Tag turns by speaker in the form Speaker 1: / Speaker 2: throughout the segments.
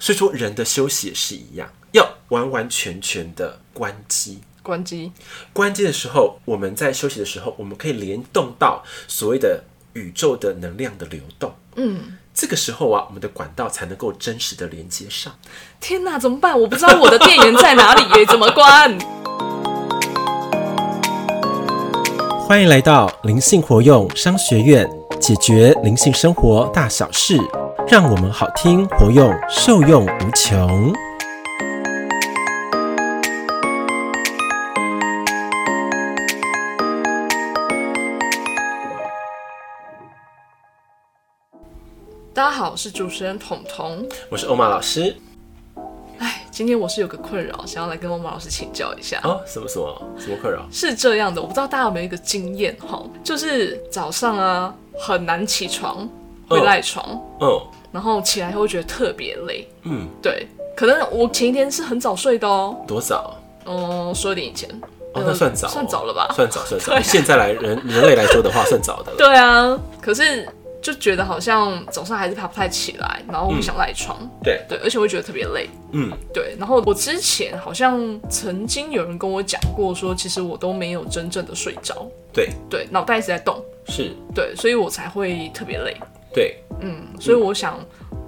Speaker 1: 所以说人的休息也是一样，要完完全全的关机。
Speaker 2: 关机，
Speaker 1: 关机的时候，我们在休息的时候，我们可以联动到所谓的宇宙的能量的流动。
Speaker 2: 嗯，
Speaker 1: 这个时候啊，我们的管道才能够真实的连接上。
Speaker 2: 天哪，怎么办？我不知道我的电源在哪里 耶，怎么关？
Speaker 1: 欢迎来到灵性活用商学院，解决灵性生活大小事，让我们好听活用，受用无穷。
Speaker 2: 大家好，我是主持人彤彤。
Speaker 1: 我是欧玛老师。
Speaker 2: 哎，今天我是有个困扰，想要来跟欧玛老师请教一下。
Speaker 1: 哦，什么什么什么困扰？
Speaker 2: 是这样的，我不知道大家有没有一个经验哈，就是早上啊很难起床，会
Speaker 1: 嗯
Speaker 2: 赖床，
Speaker 1: 哦，
Speaker 2: 然后起来会觉得特别累。
Speaker 1: 嗯，
Speaker 2: 对，可能我前一天是很早睡的哦，
Speaker 1: 多早？
Speaker 2: 嗯，说点以前，
Speaker 1: 哦，那
Speaker 2: 呃
Speaker 1: 算早哦、
Speaker 2: 算早了吧？
Speaker 1: 算早，算早。
Speaker 2: 对啊
Speaker 1: 现在来人 人类来说的话，算早的了。
Speaker 2: 对啊，可是就觉得好像早上还是爬不太起来，然后我想赖床，
Speaker 1: 对，
Speaker 2: 对，而且会觉得特别累，
Speaker 1: 嗯，
Speaker 2: 对。然后我之前好像曾经有人跟我讲过说其实我都没有真正的睡着，
Speaker 1: 对，
Speaker 2: 对，脑袋一直在动，
Speaker 1: 是，
Speaker 2: 对，所以我才会特别累，
Speaker 1: 对，
Speaker 2: 嗯，所以我想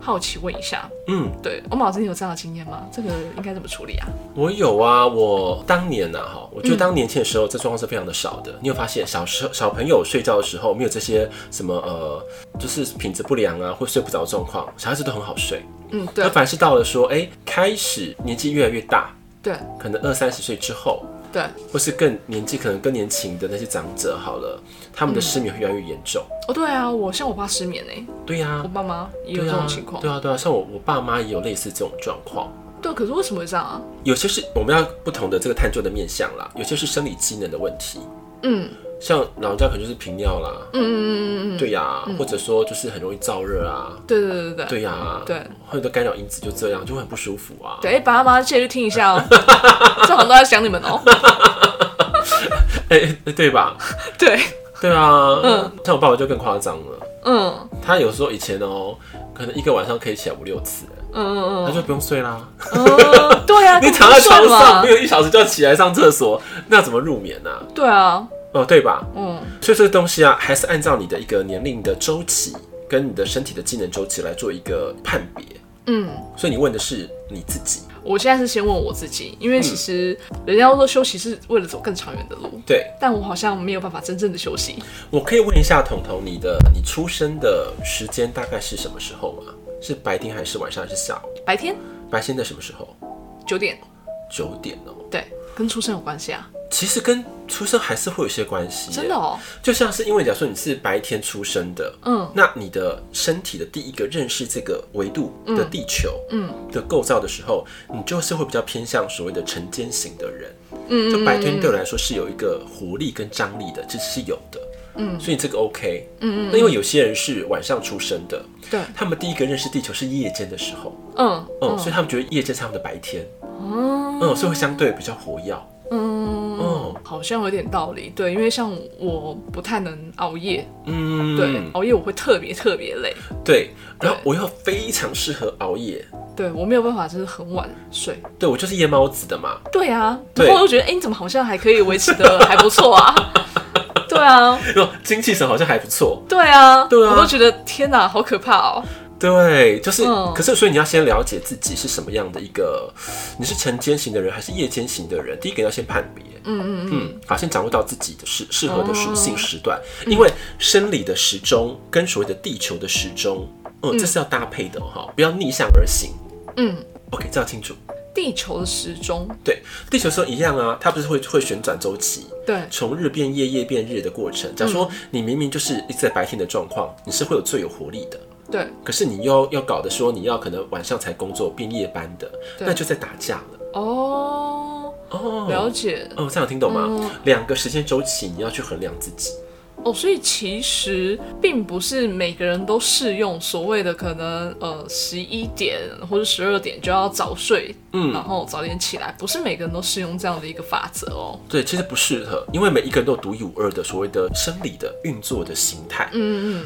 Speaker 2: 好奇问一下，
Speaker 1: 嗯，
Speaker 2: 对，欧马老师你有这样的经验吗？这个应该怎么处理啊？
Speaker 1: 我有啊，我当年呐、啊、哈，
Speaker 2: 嗯
Speaker 1: 我觉得当年轻的时候，这状况是非常的少的。你有发现，小时候小朋友睡觉的时候，没有这些什么呃，就是品质不良啊，或睡不着的状况，小孩子都很好睡。
Speaker 2: 嗯，对
Speaker 1: 那反而是到了说，哎、开始年纪越来越大，
Speaker 2: 对
Speaker 1: 可能二三十岁之后，
Speaker 2: 对，
Speaker 1: 或是更年纪可能更年轻的那些长者，好了，他
Speaker 2: 嗯
Speaker 1: 们的失眠会越来越严重。
Speaker 2: 哦对啊，我像我爸失眠哎、
Speaker 1: 对呀、
Speaker 2: 我爸妈也有
Speaker 1: 对
Speaker 2: 这
Speaker 1: 呀、
Speaker 2: 种情况，
Speaker 1: 对啊，对啊，像我我爸妈也有类似这种状况。
Speaker 2: 对，可是为什么会这样啊？
Speaker 1: 有些是我们要不同的这个探究的面向啦，有些是生理机能的问题，
Speaker 2: 嗯
Speaker 1: 像老人家可能就是频尿啦，
Speaker 2: 嗯嗯嗯嗯嗯，
Speaker 1: 对呀、或者说就是很容易燥热啊，
Speaker 2: 对对对对对。
Speaker 1: 对呀、
Speaker 2: 对，
Speaker 1: 很多干扰因子就这样，就会很不舒服啊。
Speaker 2: 对，哎爸妈记得去听一下哦，这好像都在想你们哦。
Speaker 1: 哎， 哎对吧？
Speaker 2: 对，
Speaker 1: 对啊， 像我爸爸就更夸张了，
Speaker 2: 嗯
Speaker 1: 他有时候以前哦、可能一个晚上可以起来五六次，
Speaker 2: 嗯嗯
Speaker 1: 他就不用睡啦。
Speaker 2: 嗯嗯，对啊，
Speaker 1: 你
Speaker 2: 根本
Speaker 1: 躺在
Speaker 2: 不算
Speaker 1: 床上
Speaker 2: 嘛
Speaker 1: 没，有一小时就要起来上厕所，那怎么入眠呢、啊？
Speaker 2: 对啊，
Speaker 1: 哦，对吧？
Speaker 2: 嗯
Speaker 1: 所以这个东西啊，还是按照你的一个年龄的周期跟你的身体的机能周期来做一个判别。
Speaker 2: 嗯，
Speaker 1: 所以你问的是你自己，
Speaker 2: 我现在是先问我自己，
Speaker 1: 嗯
Speaker 2: 因为其实人家都说休息是为了走更长远的路，
Speaker 1: 对
Speaker 2: 但我好像没有办法真正的休息。
Speaker 1: 我可以问一下彤彤，你的你出生的时间大概是什么时候吗？是白天还是晚上还是下午？
Speaker 2: 白天
Speaker 1: 白天的什么时候？
Speaker 2: 九点，
Speaker 1: 九点哦、
Speaker 2: 对，跟出生有关系啊，
Speaker 1: 其实跟出生还是会有些关系耶，
Speaker 2: 真的哦，
Speaker 1: 就像是因为假如说你是白天出生的，
Speaker 2: 嗯，
Speaker 1: 那你的身体的第一个认识这个维度的地球，
Speaker 2: 嗯
Speaker 1: 的构造的时候，你就是会比较偏向所谓的晨间型的人。
Speaker 2: 嗯
Speaker 1: 就白天对我来说是有一个活力跟张力的，这是有的。嗯，所以这个 OK。嗯嗯。那因为有些人是晚上出生的，
Speaker 2: 对，
Speaker 1: 他们第一个认识地球是夜间的时候，
Speaker 2: 嗯
Speaker 1: 嗯，所以他们觉得夜间是他们的白天，
Speaker 2: 嗯
Speaker 1: 嗯，所以会相对比较活跃。
Speaker 2: 嗯
Speaker 1: 哦，
Speaker 2: 好像有点道理，对，因为像我不太能熬夜，
Speaker 1: 嗯，
Speaker 2: 对，熬夜我会特别特别累，
Speaker 1: 对。然后
Speaker 2: 对
Speaker 1: 我又非常适合熬夜，
Speaker 2: 对我没有办法，就是很晚睡。
Speaker 1: 对我就是夜猫子的嘛。
Speaker 2: 对啊，
Speaker 1: 对
Speaker 2: 然后我就觉得，哎、你怎么好像还可以维持的 还不错啊？ 对啊，
Speaker 1: 然后精气神好像还不错，
Speaker 2: 对啊，
Speaker 1: 对啊
Speaker 2: 我都觉得天哪，好可怕哦。
Speaker 1: 对，就是，
Speaker 2: 嗯
Speaker 1: 可是所以你要先了解自己是什么样的一个，你是晨间型的人还是夜间型的人，第一个要先判别，
Speaker 2: 嗯嗯嗯，
Speaker 1: 嗯，好，先掌握到自己的适适合的属性
Speaker 2: 哦
Speaker 1: 时段，因为生理的时钟跟所谓的地球的时钟，嗯，这是要搭配的哦哈、不要逆向而行。
Speaker 2: 嗯
Speaker 1: OK，这要清楚。
Speaker 2: 地球的时钟，
Speaker 1: 对，地球时候一样啊，它不是会会旋转周期，
Speaker 2: 对，
Speaker 1: 从日变夜，夜变日的过程。假如
Speaker 2: 嗯
Speaker 1: 说你明明就是一直在白天的状况，你是会有最有活力的。
Speaker 2: 对，
Speaker 1: 可是你又要搞得说你要可能晚上才工作变夜班的，
Speaker 2: 对
Speaker 1: 那就在打架了。
Speaker 2: 哦，
Speaker 1: 哦，
Speaker 2: 了解，
Speaker 1: 哦，这样有听懂吗
Speaker 2: 嗯？
Speaker 1: 两个时间周期你要去衡量自己。
Speaker 2: 哦，所以其实并不是每个人都适用所谓的可能呃十一点或者十二点就要早睡，嗯，然后早点起来，不是每个人都适用这样的一个法则哦。
Speaker 1: 对，其实不适合，因为每一个人都有独一无二的所谓的生理的运作的形态。嗯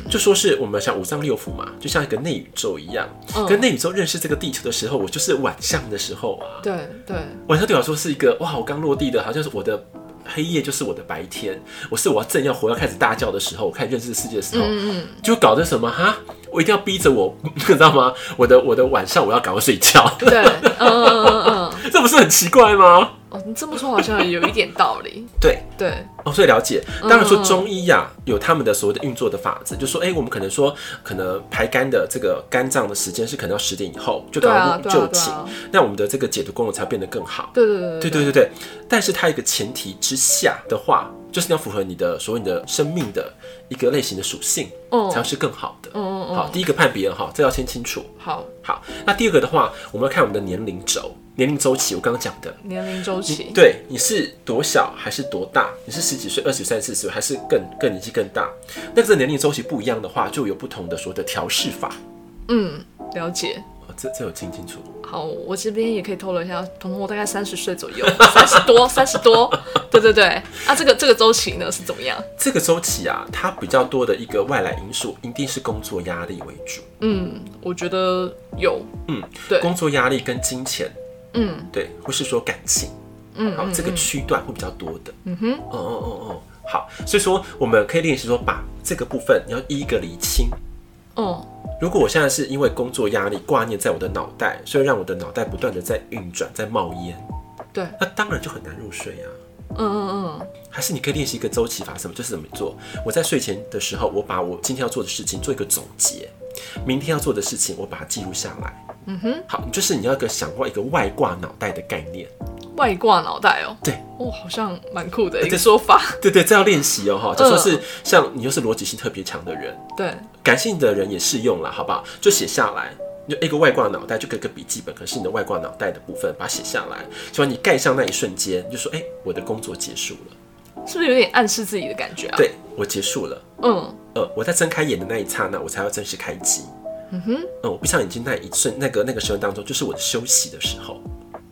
Speaker 1: 嗯，就说是我们像五脏六腑嘛，就像一个内宇宙一样。
Speaker 2: 嗯
Speaker 1: 跟内宇宙认识这个地球的时候，我就是晚上的时候啊，
Speaker 2: 对对，
Speaker 1: 晚上对我来说是一个哇，我刚落地的，好像是我的。黑夜就是我的白天，我是我要正要活要开始大叫的时候，我开始认识世界的时
Speaker 2: 嗯
Speaker 1: 候，就搞得什么哈，我一定要逼着我， 你知道吗？我的我的晚上我要赶快睡觉，
Speaker 2: 对，嗯嗯嗯嗯，嗯
Speaker 1: 这不是很奇怪吗？
Speaker 2: 哦，你这么说好像有一点道理，
Speaker 1: 对，
Speaker 2: 对，嗯
Speaker 1: 哦，所以了解。当然说中医呀、有他们的所谓的运作的法则，就说哎、我们可能说可能排肝的这个肝脏的时间是可能要十点以后就
Speaker 2: 对
Speaker 1: 赶
Speaker 2: 啊，
Speaker 1: 快
Speaker 2: 对
Speaker 1: 就
Speaker 2: 啊，对
Speaker 1: 寝，
Speaker 2: 啊，
Speaker 1: 那我们的这个解毒功能才会变得更好。
Speaker 2: 对对对
Speaker 1: 对对对对，但是它有一个前提之下的话，就是你要符合你的所谓你的生命的一个类型的属性，
Speaker 2: 嗯
Speaker 1: 才是更好的。
Speaker 2: 嗯嗯
Speaker 1: 好，第一个判别哈，这要先清楚。
Speaker 2: 好，
Speaker 1: 好，那第二个的话，我们要看我们的年龄轴、年龄周期。我刚刚讲的，
Speaker 2: 年龄周期，
Speaker 1: 对，你是多小还是多大？你是十几岁、二十三、四十岁，还是更更年纪更大？那这个年龄周期不一样的话，就有不同的所谓的调试法。
Speaker 2: 嗯，了解。
Speaker 1: 哦，这这有听清楚。
Speaker 2: 好，我这边也可以透露一下，彤彤我大概三十岁左右，三十多，三十多，对对对。啊，这个这个周期呢是怎么样？
Speaker 1: 这个周期啊，它比较多的一个外来因素，一定是工作压力为主。
Speaker 2: 我觉得有，对
Speaker 1: 嗯工作压力跟金钱，
Speaker 2: 嗯，
Speaker 1: 对，或是说感情，
Speaker 2: 嗯
Speaker 1: 好，这个区段会比较多的，嗯哼，哦哦哦哦，好，所以说我们可以练习说把这个部分你要一一个厘清。
Speaker 2: 哦，
Speaker 1: 如果我现在是因为工作压力挂念在我的脑袋，所以让我的脑袋不断的在运转，在冒烟，
Speaker 2: 对，
Speaker 1: 那当然就很难入睡啊。
Speaker 2: 嗯嗯嗯，
Speaker 1: 还是你可以练习一个周期法，什么就是怎么做。我在睡前的时候，我把我今天要做的事情做一个总结，明天要做的事情我把它记录下来。嗯哼，好，就是你要有一个想过一个外挂脑袋的概念。
Speaker 2: 外挂脑袋哦，
Speaker 1: 对，
Speaker 2: 哦，好像蛮酷的一
Speaker 1: 这
Speaker 2: 个说法，
Speaker 1: 对对，这要练习哦，哈，就说
Speaker 2: 嗯
Speaker 1: 是像你又是逻辑性特别强的人，
Speaker 2: 对，
Speaker 1: 感性的人也适用啦，好不好？就写下来，就一个外挂脑袋，就跟个笔记本，可是你的外挂脑袋的部分，把它写下来，所以你盖上那一瞬间，你就说，哎、我的工作结束了，
Speaker 2: 是不是有点暗示自己的感觉啊？，
Speaker 1: 对我结束了，
Speaker 2: 嗯，
Speaker 1: 呃，我在睁开眼的那一刹那，我才要正式开机。嗯哼，呃，我闭上眼睛那一瞬，那个那个时候当中，就是我的休息的时候。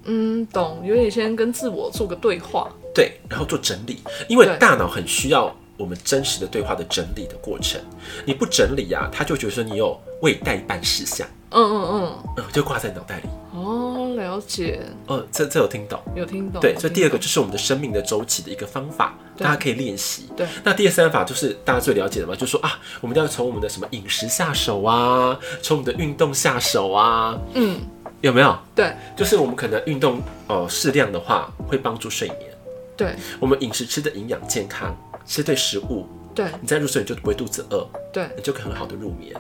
Speaker 2: 嗯，懂，有点先跟自我做个对话，
Speaker 1: 对，然后做整理，因为
Speaker 2: 对
Speaker 1: 大脑很需要我们真实的对话的整理的过程。你不整理啊，他就觉得说你有未代办事项，
Speaker 2: 嗯嗯
Speaker 1: 呃，就挂在脑袋里。
Speaker 2: 嗯，哦，了解，
Speaker 1: 呃，这这有听懂？
Speaker 2: 有听懂，
Speaker 1: 对，
Speaker 2: 有
Speaker 1: 所以
Speaker 2: 哦听
Speaker 1: 第二个
Speaker 2: 懂
Speaker 1: 就是我们的生命的周期的一个方法，
Speaker 2: 对
Speaker 1: 大家可以练习。
Speaker 2: 对，
Speaker 1: 那第三法就是大家最了解的嘛，就是说啊，我们一定要从我们的什么饮食下手啊，从我们的运动下手啊，
Speaker 2: 嗯，
Speaker 1: 有没有？
Speaker 2: 对
Speaker 1: 就是我们可能运动哦适量的话，会帮助睡眠。
Speaker 2: 对
Speaker 1: 我们饮食吃的营养健康，吃对食物，
Speaker 2: 对
Speaker 1: 你在入睡你就不会肚子饿，
Speaker 2: 对，
Speaker 1: 你就可以很好的入眠。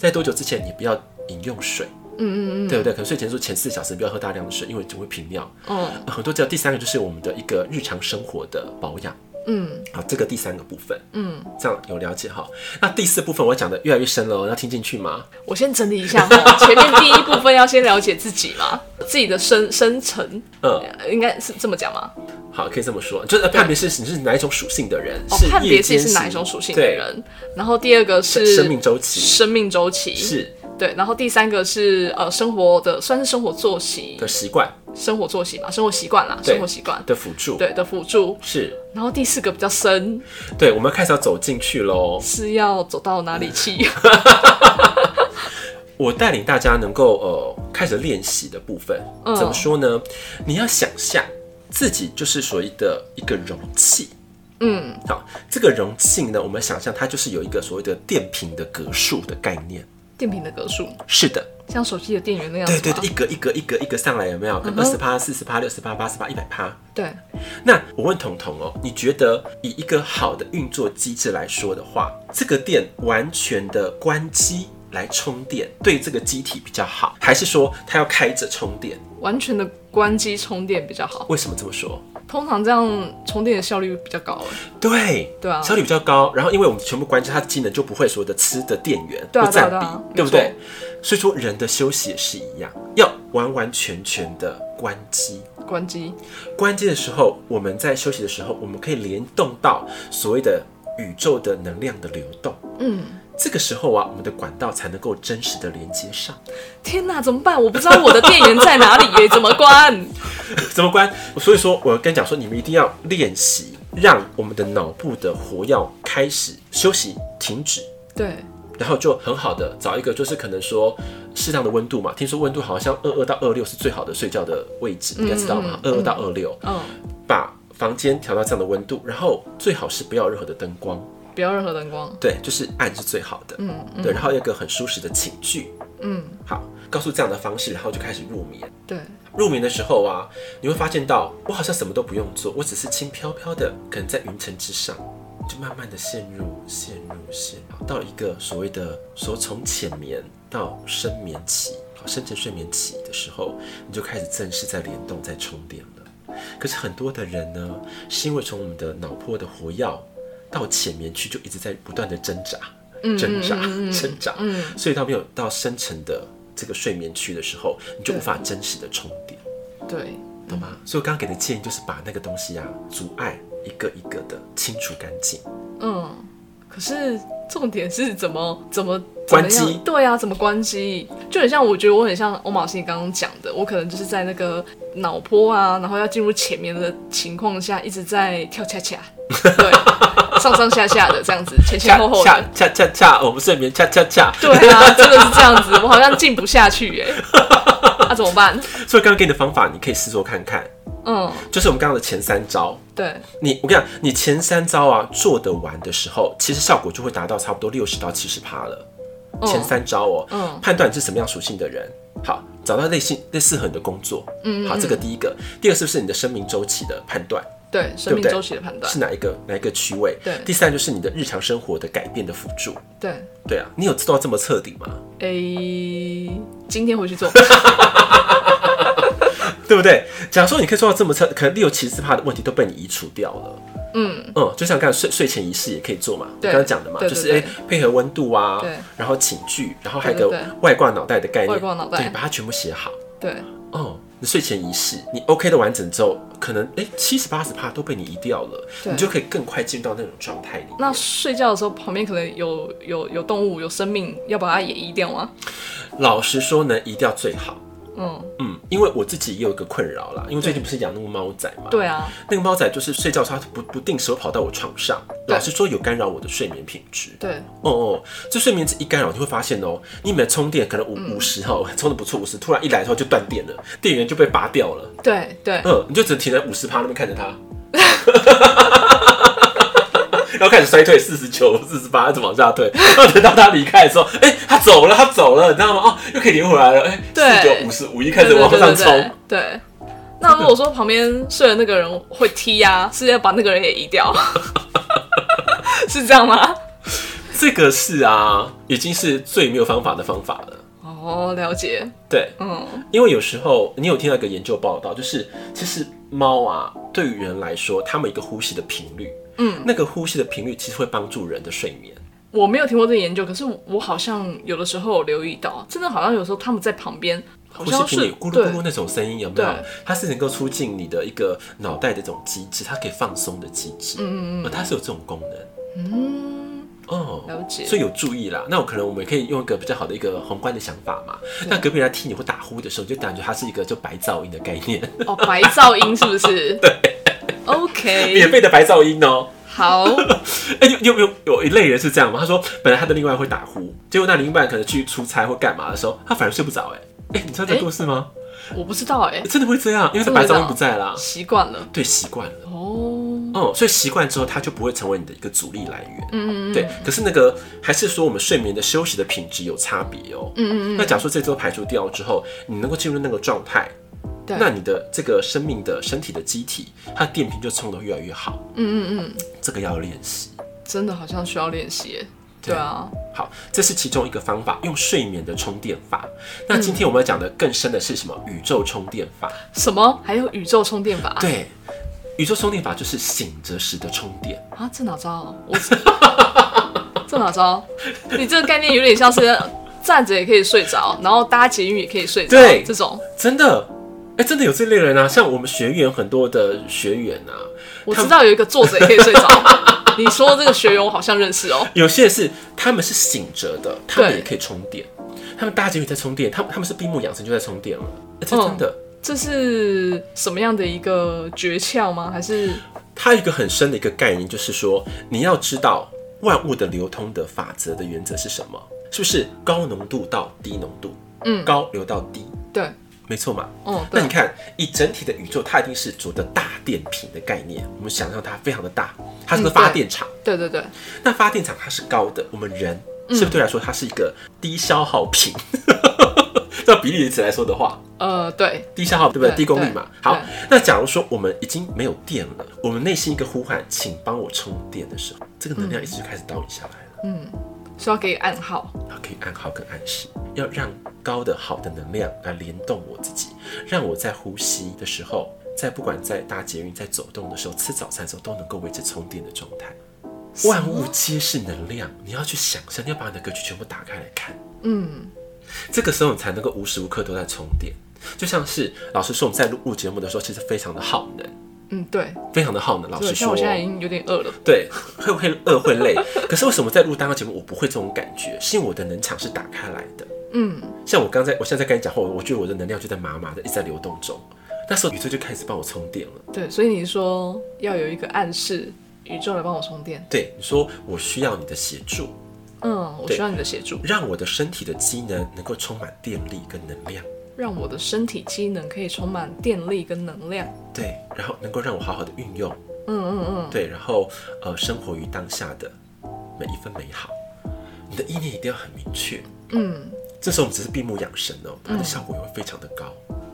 Speaker 1: 在多久之前你不要饮用水，
Speaker 2: 嗯嗯嗯
Speaker 1: 对不对？可能睡前说前四小时不要喝大量的水，因为就会频尿。
Speaker 2: 嗯
Speaker 1: 很多叫第三个就是我们的一个日常生活的保养。
Speaker 2: 嗯
Speaker 1: 好，这个第三个部分，
Speaker 2: 嗯，
Speaker 1: 这样有了解哈。那第四部分我讲的越来越深了哦，要听进去吗？
Speaker 2: 我先整理一下哈，前面第一部分要先了解自己嘛，自己的深深层，
Speaker 1: 嗯，
Speaker 2: 呃应该是这么讲吗？
Speaker 1: 好，可以这么说， 就是判别是你是哪一种属性的人，
Speaker 2: 哦，判别自己是哪一种属性的
Speaker 1: 对
Speaker 2: 人。然后第二个
Speaker 1: 生
Speaker 2: 是
Speaker 1: 生命周期
Speaker 2: 生命周期，
Speaker 1: 是
Speaker 2: 对。然后第三个是呃生活的，算是生活作息
Speaker 1: 的，习惯
Speaker 2: 生活作息嘛，生活习惯啦，
Speaker 1: 对
Speaker 2: 生活习惯，
Speaker 1: 的辅助，
Speaker 2: 对的辅助。
Speaker 1: 是
Speaker 2: 然后第四个比较深，
Speaker 1: 对，我们开始要走进去喽。
Speaker 2: 是要走到哪里去？
Speaker 1: 我带领大家能够呃开始练习的部分，
Speaker 2: 嗯
Speaker 1: 怎么说呢？你要想象自己就是所谓的一个容器。嗯，好，这个容器呢，我们想象它就是有一个所谓的电瓶的格数的概念。
Speaker 2: 电瓶的格数，
Speaker 1: 是的，
Speaker 2: 像手机的电源那样子
Speaker 1: 对
Speaker 2: 吗？
Speaker 1: 对对，一格一格一格一格上来，有没有？
Speaker 2: 嗯
Speaker 1: 跟二十趴、四十趴、六十趴、八十趴、一百趴。
Speaker 2: 对
Speaker 1: 那我问彤彤哦，你觉得以一个好的运作机制来说的话，这个电完全的关机来充电，对这个机体比较好，还是说它要开着充电？
Speaker 2: 完全的关机充电比较好。
Speaker 1: 为什么这么说？
Speaker 2: 通常这样充电的效率比较高。哎
Speaker 1: 对，
Speaker 2: 对啊
Speaker 1: 效率比较高。然后因为我们全部关机，它机能就不会所有的吃的电源
Speaker 2: 对啊
Speaker 1: 会占
Speaker 2: 对
Speaker 1: 比，
Speaker 2: 啊
Speaker 1: 对不
Speaker 2: 对啊
Speaker 1: 对？所以说人的休息也是一样，要完完全全的关机。
Speaker 2: 关机，
Speaker 1: 关机的时候，我们在休息的时候，我们可以联动到所谓的宇宙的能量的流动。
Speaker 2: 嗯，
Speaker 1: 这个时候啊，我们的管道才能够真实的连接上。
Speaker 2: 天哪，怎么办？我不知道我的电源在哪里耶，怎 么关？
Speaker 1: 怎么关？所以说，我跟你讲说，你们一定要练习，让我们的脑部的活药开始休息、停止，
Speaker 2: 对，
Speaker 1: 然后就很好的找一个，就是可能说适当的温度嘛。听说温度好像二二到二六是最好的睡觉的位置，你应该知道嘛，二
Speaker 2: 嗯
Speaker 1: 二
Speaker 2: 嗯
Speaker 1: 到二六，
Speaker 2: 嗯，
Speaker 1: 把房间调到这样的温度，然后最好是不要有任何的灯光，
Speaker 2: 不要任何灯光。
Speaker 1: 对，就是暗是最好的，
Speaker 2: 嗯嗯
Speaker 1: 对，然后有一个很舒适的寝具，
Speaker 2: 嗯，
Speaker 1: 好，告诉这样的方式，然后就开始入眠。
Speaker 2: 对，
Speaker 1: 入眠的时候啊，你会发现到我好像什么都不用做，我只是轻飘飘的，可能在云层之上，就慢慢的陷入、陷入、陷入，到一个所谓的说从浅眠到深眠期，好，深层睡眠期的时候，你就开始正式在联动、在充电了。可是很多的人呢，是因为从我们的脑波的活药到浅眠区，就一直在不断的挣扎、挣扎、挣扎，所以到没有到深层的这个睡眠区的时候，你就无法真实的充电。
Speaker 2: 对，
Speaker 1: 懂吗？所以我刚刚给的建议就是把那个东西啊，阻碍一个一个的清除干净。
Speaker 2: 嗯。可是重点是怎么怎么怎么
Speaker 1: 关
Speaker 2: 样
Speaker 1: 机
Speaker 2: 对啊，怎么关机？就很像，我觉得我很像欧马信刚刚讲的，我可能就是在那个脑波啊，然后要进入前面的情况下，一直在跳恰恰， 对，上上下下的这样子，前前后后的。
Speaker 1: 恰恰恰恰，我哦们睡眠恰恰恰。
Speaker 2: 对啊，真的是这样子，我好像进不下去耶。那、怎么办？
Speaker 1: 所以刚刚给你的方法，你可以试做看看，
Speaker 2: 嗯，
Speaker 1: 就是我们刚刚的前三招。
Speaker 2: 对，
Speaker 1: 你我跟你讲，你前三招啊做得完的时候，其实效果就会达到差不多六十到七十趴了。
Speaker 2: 嗯
Speaker 1: 前三招哦，
Speaker 2: 嗯
Speaker 1: 判断你是什么样属性的人，好，找到类性类适合你的工作，嗯，好，这个第一个，第二个是不是你的生命周期的判断，
Speaker 2: 对，
Speaker 1: 对
Speaker 2: 生
Speaker 1: 不
Speaker 2: 命
Speaker 1: 对？
Speaker 2: 周期的判断
Speaker 1: 是，哪一个哪一个区位？
Speaker 2: 对
Speaker 1: 第三就是你的日常生活的改变的辅助。
Speaker 2: 对，
Speaker 1: 对啊，你有做到这么彻底吗？
Speaker 2: 诶、今天回去做，
Speaker 1: 对不对？假如说你可以做到这么彻，可能六七十趴的问题都被你移除掉了。
Speaker 2: 嗯，
Speaker 1: 嗯，就像刚才睡睡前仪式也可以做嘛，我
Speaker 2: 对
Speaker 1: 刚刚讲的嘛，
Speaker 2: 对
Speaker 1: 就
Speaker 2: 对
Speaker 1: 是哎、配合温度啊
Speaker 2: 对，
Speaker 1: 然后寝具，然后还有
Speaker 2: 对对
Speaker 1: 个
Speaker 2: 对
Speaker 1: 外挂脑袋的概念，
Speaker 2: 外挂脑袋
Speaker 1: 对，把它全部写好。
Speaker 2: 对，
Speaker 1: 哦，你睡前仪式你 OK 的完整之后，可能哎七十八十趴都被你移掉了，
Speaker 2: 对
Speaker 1: 你就可以更快进入到那种状态里面。
Speaker 2: 那睡觉的时候旁边可能有有有动物有生命，要把它也移掉吗？
Speaker 1: 老实说呢，移掉最好。
Speaker 2: 嗯，
Speaker 1: 嗯，因为我自己也有一个困扰啦，因为最近不是养那个猫仔嘛，
Speaker 2: 对啊，
Speaker 1: 那个猫仔就是睡觉的时候它不不定时会跑到我床上，
Speaker 2: 对
Speaker 1: 老实说有干扰我的睡眠品质。
Speaker 2: 对，
Speaker 1: 哦哦，这睡眠质一干扰，你会发现哦，你每充电可能
Speaker 2: 嗯
Speaker 1: 五五十哈，充的不错五十，突然一来的时候就断电了，电源就被拔掉了，
Speaker 2: 对对，
Speaker 1: 嗯，你就只能停在五十趴那边看着 它。然后开始衰退，四十九、四十八，一直往下退。然后等到它离开的时候，哎、它走了，它走了，你知道吗？哦，又可以连回来了，哎、四
Speaker 2: 对
Speaker 1: 九、五十、五一开始往上冲。
Speaker 2: 对。对对对那如果说旁边睡的那个人会踢呀、是要把那个人也移掉， 是这样吗？
Speaker 1: 这个是啊，已经是最没有方法的方法了。
Speaker 2: 哦，了解，
Speaker 1: 对，
Speaker 2: 嗯，
Speaker 1: 因为有时候你有听到一个研究报道，就是其实猫啊，对于人来说，它们一个呼吸的频率，
Speaker 2: 嗯，
Speaker 1: 那个呼吸的频率其实会帮助人的睡眠。
Speaker 2: 我没有听过这个研究，可是我好像有的时候有留意到，真的好像有时候他们在旁边，好
Speaker 1: 呼
Speaker 2: 像
Speaker 1: 吸频
Speaker 2: 是
Speaker 1: 率咕噜
Speaker 2: 对
Speaker 1: 咕噜那种声音有没有
Speaker 2: 对？
Speaker 1: 它是能够促进你的一个脑袋的一种机制，它可以放松的机制，嗯嗯，它是有这种功能。
Speaker 2: 嗯，
Speaker 1: 哦，
Speaker 2: 了解
Speaker 1: 所以有注意啦。那我可能我们可以用一个比较好的一个宏观的想法嘛。那隔壁人来踢你或打呼的时候，你就感觉它是一个就白噪音的概念，
Speaker 2: 哦，白噪音是 不是？对
Speaker 1: 免
Speaker 2: ，OK，
Speaker 1: 费的白噪音哦、
Speaker 2: 好，
Speaker 1: 哎、有有有有一类人是这样吗？他说本来他的另外一半会打呼，结果那另一半可能去出差或干嘛的时候，他反而睡不着、哎，哎，你知道这个故事吗？
Speaker 2: 我不知道哎、
Speaker 1: 欸真的会这样，因为他白噪音不在啦，
Speaker 2: 习惯了
Speaker 1: 对，习惯了。
Speaker 2: 哦，
Speaker 1: 哦，所以习惯之后，它就不会成为你的一个阻力来源。嗯嗯对。可是那个还是说我们睡眠的休息的品质有差别哦。嗯嗯嗯。那假如说这周排除掉之后，你能够进入那个状态，
Speaker 2: 对
Speaker 1: 那你的这个生命的身体的机体，它的电瓶就充得越来越好。嗯嗯嗯。这个要练习。
Speaker 2: 真的好像需要练习欸，
Speaker 1: 对
Speaker 2: 对啊，
Speaker 1: 好，这是其中一个方法，用睡眠的充电法。那今天我们要讲的更深的是什么？宇宙充电法。
Speaker 2: 什么还有宇宙充电法？
Speaker 1: 对，宇宙充电法就是醒着时的充电。
Speaker 2: 啊，这哪招？我 这哪招？你这个概念有点像是站着也可以睡着，然后搭捷运也可以睡着，
Speaker 1: 对
Speaker 2: 这种
Speaker 1: 真的，哎、真的有这类人啊，像我们学员很多的学员啊，
Speaker 2: 我知道有一个坐着也可以睡着， 你说的这个学友好像认识哦。
Speaker 1: 有些是他们是醒着的，他们
Speaker 2: 对
Speaker 1: 也可以充电，他们大结局在充电，他们他们是闭目养神就在充电了，欸这真的。
Speaker 2: 这是什么样的一个诀窍吗？还是
Speaker 1: 它有一个很深的一个概念，就是说你要知道万物的流通的法则的原则是什么，是不是高浓度到低浓度，
Speaker 2: 嗯
Speaker 1: 高流到低，
Speaker 2: 对，
Speaker 1: 没错嘛。
Speaker 2: 哦，
Speaker 1: 那
Speaker 2: 对
Speaker 1: 你，看，以整体的宇宙，它一定是着的大电瓶的概念。我们想象它非常的大，它是个
Speaker 2: 嗯对
Speaker 1: 发电厂。
Speaker 2: 对对对，
Speaker 1: 那发电厂它是高的，我们人是不
Speaker 2: 嗯
Speaker 1: 是对来说它是一个低消耗品？ 照比例词来说的话，
Speaker 2: 呃，对，
Speaker 1: 低消耗对不对？
Speaker 2: 对
Speaker 1: 低功率嘛。
Speaker 2: 对
Speaker 1: 好
Speaker 2: 对，
Speaker 1: 那假如说我们已经没有电了，我们内心一个呼喊，请帮我充电的时候，这个能量一直就开始倒影下来了。
Speaker 2: 是要给暗号。
Speaker 1: 然后可以按好跟暗示，要让高的好的能量来联动我自己，让我在呼吸的时候，在不管在搭捷运、在走动的时候、吃早餐的时候，都能够维持充电的状态。万物皆是能量，你要去想象，你要把你的格局全部打开来看，
Speaker 2: 嗯，
Speaker 1: 这个时候你才能够无时无刻都在充电。就像是老师说，我们在录录节目的时候，其实非常的耗能，
Speaker 2: 嗯，对，
Speaker 1: 非常的耗能。老
Speaker 2: 对，
Speaker 1: 师
Speaker 2: 像
Speaker 1: 说，
Speaker 2: 我现在已经有点饿了。
Speaker 1: 对，会会饿会累。 可是为什么在录单个节目我不会这种感觉？是因为我的能场是打开来的。
Speaker 2: 嗯，
Speaker 1: 像我刚才，我现在在跟你讲话，我我觉得我的能量就在麻麻的一直在流动中。那时候宇宙就开始帮我充电了。
Speaker 2: 对，所以你说要有一个暗示，宇宙来帮我充电。
Speaker 1: 对，你说我需要你的协助，
Speaker 2: 嗯，我
Speaker 1: 对
Speaker 2: 需要你的协助，
Speaker 1: 让我的身体的机能能够充满电力跟能量。
Speaker 2: 让我的身体机能可以充满电力跟能量。
Speaker 1: 对，然后能够让我好好的运用。
Speaker 2: 嗯嗯嗯，
Speaker 1: 对，然后呃，生活于当下的每一分美好。你的意念一定要很明确。
Speaker 2: 嗯，
Speaker 1: 这时候我们只是闭目养神哦，它的效果也会非常的高。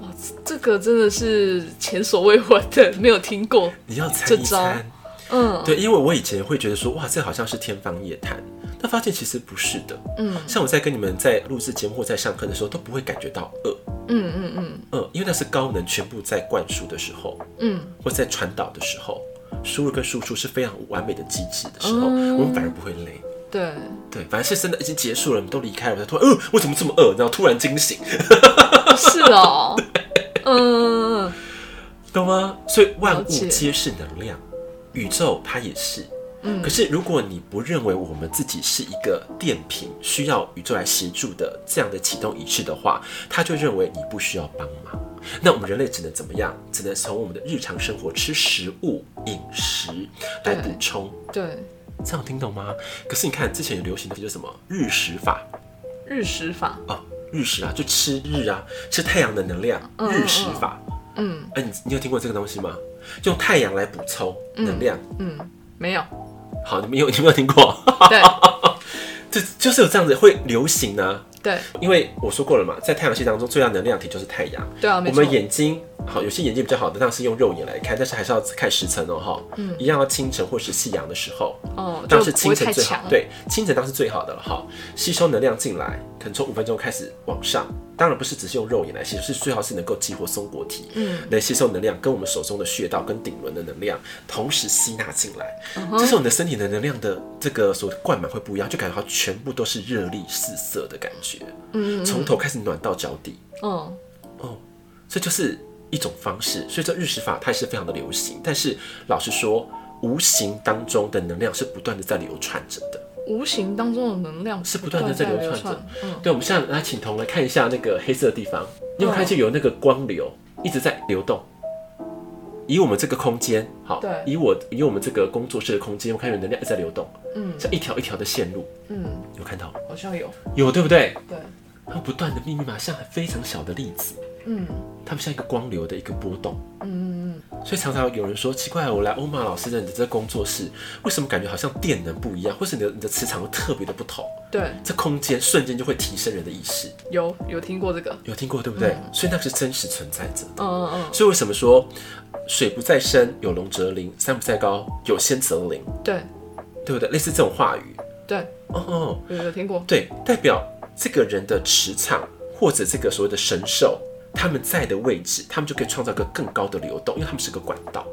Speaker 2: 哇，这这个真的是前所未闻的，没有听过。
Speaker 1: 你要参
Speaker 2: 这
Speaker 1: 一
Speaker 2: 招
Speaker 1: 参。
Speaker 2: 嗯，
Speaker 1: 对，因为我以前会觉得说，哇，这好像是天方夜谭，但发现其实不是的。
Speaker 2: 嗯，
Speaker 1: 像我在跟你们在录制节目或在上课的时候，都不会感觉到饿，
Speaker 2: 嗯嗯嗯
Speaker 1: 饿，因为那是高能全部在灌输的时候，
Speaker 2: 嗯，
Speaker 1: 或在传导的时候，输入跟输出是非常完美的机制的时候，
Speaker 2: 嗯
Speaker 1: 我们反而不会累。
Speaker 2: 对，
Speaker 1: 对，反而是真的已经结束了，我们都离开了，我才突然，呃，我怎么这么饿？然后突然惊醒，
Speaker 2: 是 哦。嗯，嗯
Speaker 1: 懂吗？所以万
Speaker 2: 了
Speaker 1: 物
Speaker 2: 解
Speaker 1: 皆是能量，宇宙它也是。嗯，可是如果你不认为我们自己是一个电瓶，需要宇宙来协助的这样的启动仪式的话，他就认为你不需要帮忙。那我们人类只能怎么样？只能从我们的日常生活吃食物、饮食来补
Speaker 2: 对
Speaker 1: 充。
Speaker 2: 对，
Speaker 1: 这样听懂吗？可是你看，之前有流行的就是什么日食法
Speaker 2: 日食法。
Speaker 1: 哦，日食啊，就吃日啊，吃太阳的能量，
Speaker 2: 嗯
Speaker 1: 日食法。
Speaker 2: 嗯
Speaker 1: 哎、你你有听过这个东西吗？用太阳来补充能量。
Speaker 2: 嗯，没有。
Speaker 1: 好，你们有你们有听过？
Speaker 2: 对
Speaker 1: 这就是有这样子会流行呢、
Speaker 2: 对
Speaker 1: 因为我说过了嘛，在太阳系当中最大能量体就是太阳。
Speaker 2: 对啊，
Speaker 1: 我
Speaker 2: 没错
Speaker 1: 们。眼睛好，有些眼睛比较好的，当然是用肉眼来看，但是还是要看时辰哦，哈，嗯，一样要清晨或是夕阳的时候，
Speaker 2: 哦，
Speaker 1: 当
Speaker 2: 就
Speaker 1: 然是
Speaker 2: 不
Speaker 1: 清
Speaker 2: 会
Speaker 1: 晨
Speaker 2: 太
Speaker 1: 最好
Speaker 2: 强。，，
Speaker 1: 对，清晨当然是最好的了，哈，吸收能量进来，可能从五分钟开始往上，当然不是只是用肉眼来吸收，是最好是能够激活松果体，嗯，来吸收能量，跟我们手中的穴道跟顶轮的能量同时吸纳进来，
Speaker 2: 嗯
Speaker 1: 这时候你的身体的能量的这个所灌满会不一样，就感觉它全部都是热力四射的感觉，嗯，从头开始暖到脚底，
Speaker 2: 嗯，
Speaker 1: 这就是一种方式。所以这日食法它也是非常的流行，但是老实说，无形当中的能量是不断的在流传着的，
Speaker 2: 无形当中的能量
Speaker 1: 是不
Speaker 2: 不
Speaker 1: 断的
Speaker 2: 地
Speaker 1: 在
Speaker 2: 在
Speaker 1: 流
Speaker 2: 流
Speaker 1: 传着。
Speaker 2: 嗯，
Speaker 1: 对，我们现在来请彤来看一下那个黑色的地方，你有没有看见有那个光流一直在流动？以我们这个空间，好
Speaker 2: 对，
Speaker 1: 以我以我们这个工作室的空间，我看有能量一直在流动，
Speaker 2: 嗯
Speaker 1: 像一条一条的线路，
Speaker 2: 嗯，
Speaker 1: 有看到吗
Speaker 2: 好像有。
Speaker 1: 有对不对？
Speaker 2: 对，
Speaker 1: 它不断的密密麻麻，像非常小的粒子，
Speaker 2: 嗯
Speaker 1: 它们像一个光流的一个波动。
Speaker 2: 嗯嗯
Speaker 1: 所以常常有人说，奇怪，我来欧玛老师的你的这工作室，为什么感觉好像电能不一样，或是你的你的磁场会特别的不同？
Speaker 2: 嗯，对，
Speaker 1: 这空间瞬间就会提升人的意识，
Speaker 2: 有有听过这个。
Speaker 1: 有听过对不对？所以那是真实存在着的。
Speaker 2: 嗯嗯嗯，
Speaker 1: 所以为什么说水不在深，有龙则灵；山不在高，有仙则灵，
Speaker 2: 对
Speaker 1: 对不对？类似这种话语，
Speaker 2: 对，
Speaker 1: 哦哦，
Speaker 2: 有有听过。
Speaker 1: 对，代表这个人的磁场或者这个所谓的神兽，他们在的位置，他们就可以创造一个更高的流动，因为他们是个管道。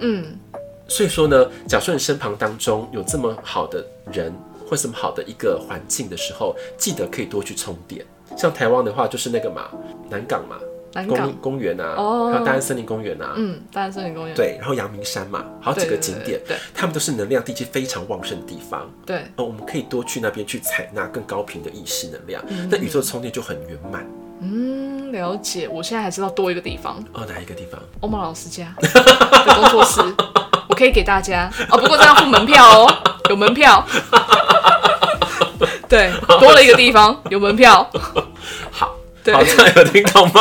Speaker 2: 嗯，
Speaker 1: 所以说呢，假设你身旁当中有这么好的人或这么好的一个环境的时候，记得可以多去充电。像台湾的话，就是那个嘛，南港嘛，
Speaker 2: 南港
Speaker 1: 公公园啊，
Speaker 2: 哦
Speaker 1: 还有大安森林公园啊，
Speaker 2: 嗯，大安森林公园，
Speaker 1: 对，然后阳明山嘛，还有
Speaker 2: 对，
Speaker 1: 几个景点，
Speaker 2: 对
Speaker 1: 他们都是能量地基非常旺盛的地方。
Speaker 2: 对对，
Speaker 1: 哦，我们可以多去那边去采纳更高频的意识能量，那宇宙充电就很圆满。
Speaker 2: 嗯，了解。我现在还知道多一个地方，
Speaker 1: 哦，哪一个地方？
Speaker 2: 欧盟老师 家的工作室，我可以给大家哦，不过这要付门票哦，有 门票。对，多了一个地方，有门票。
Speaker 1: 好，
Speaker 2: 对
Speaker 1: 好， 这样有听懂吗？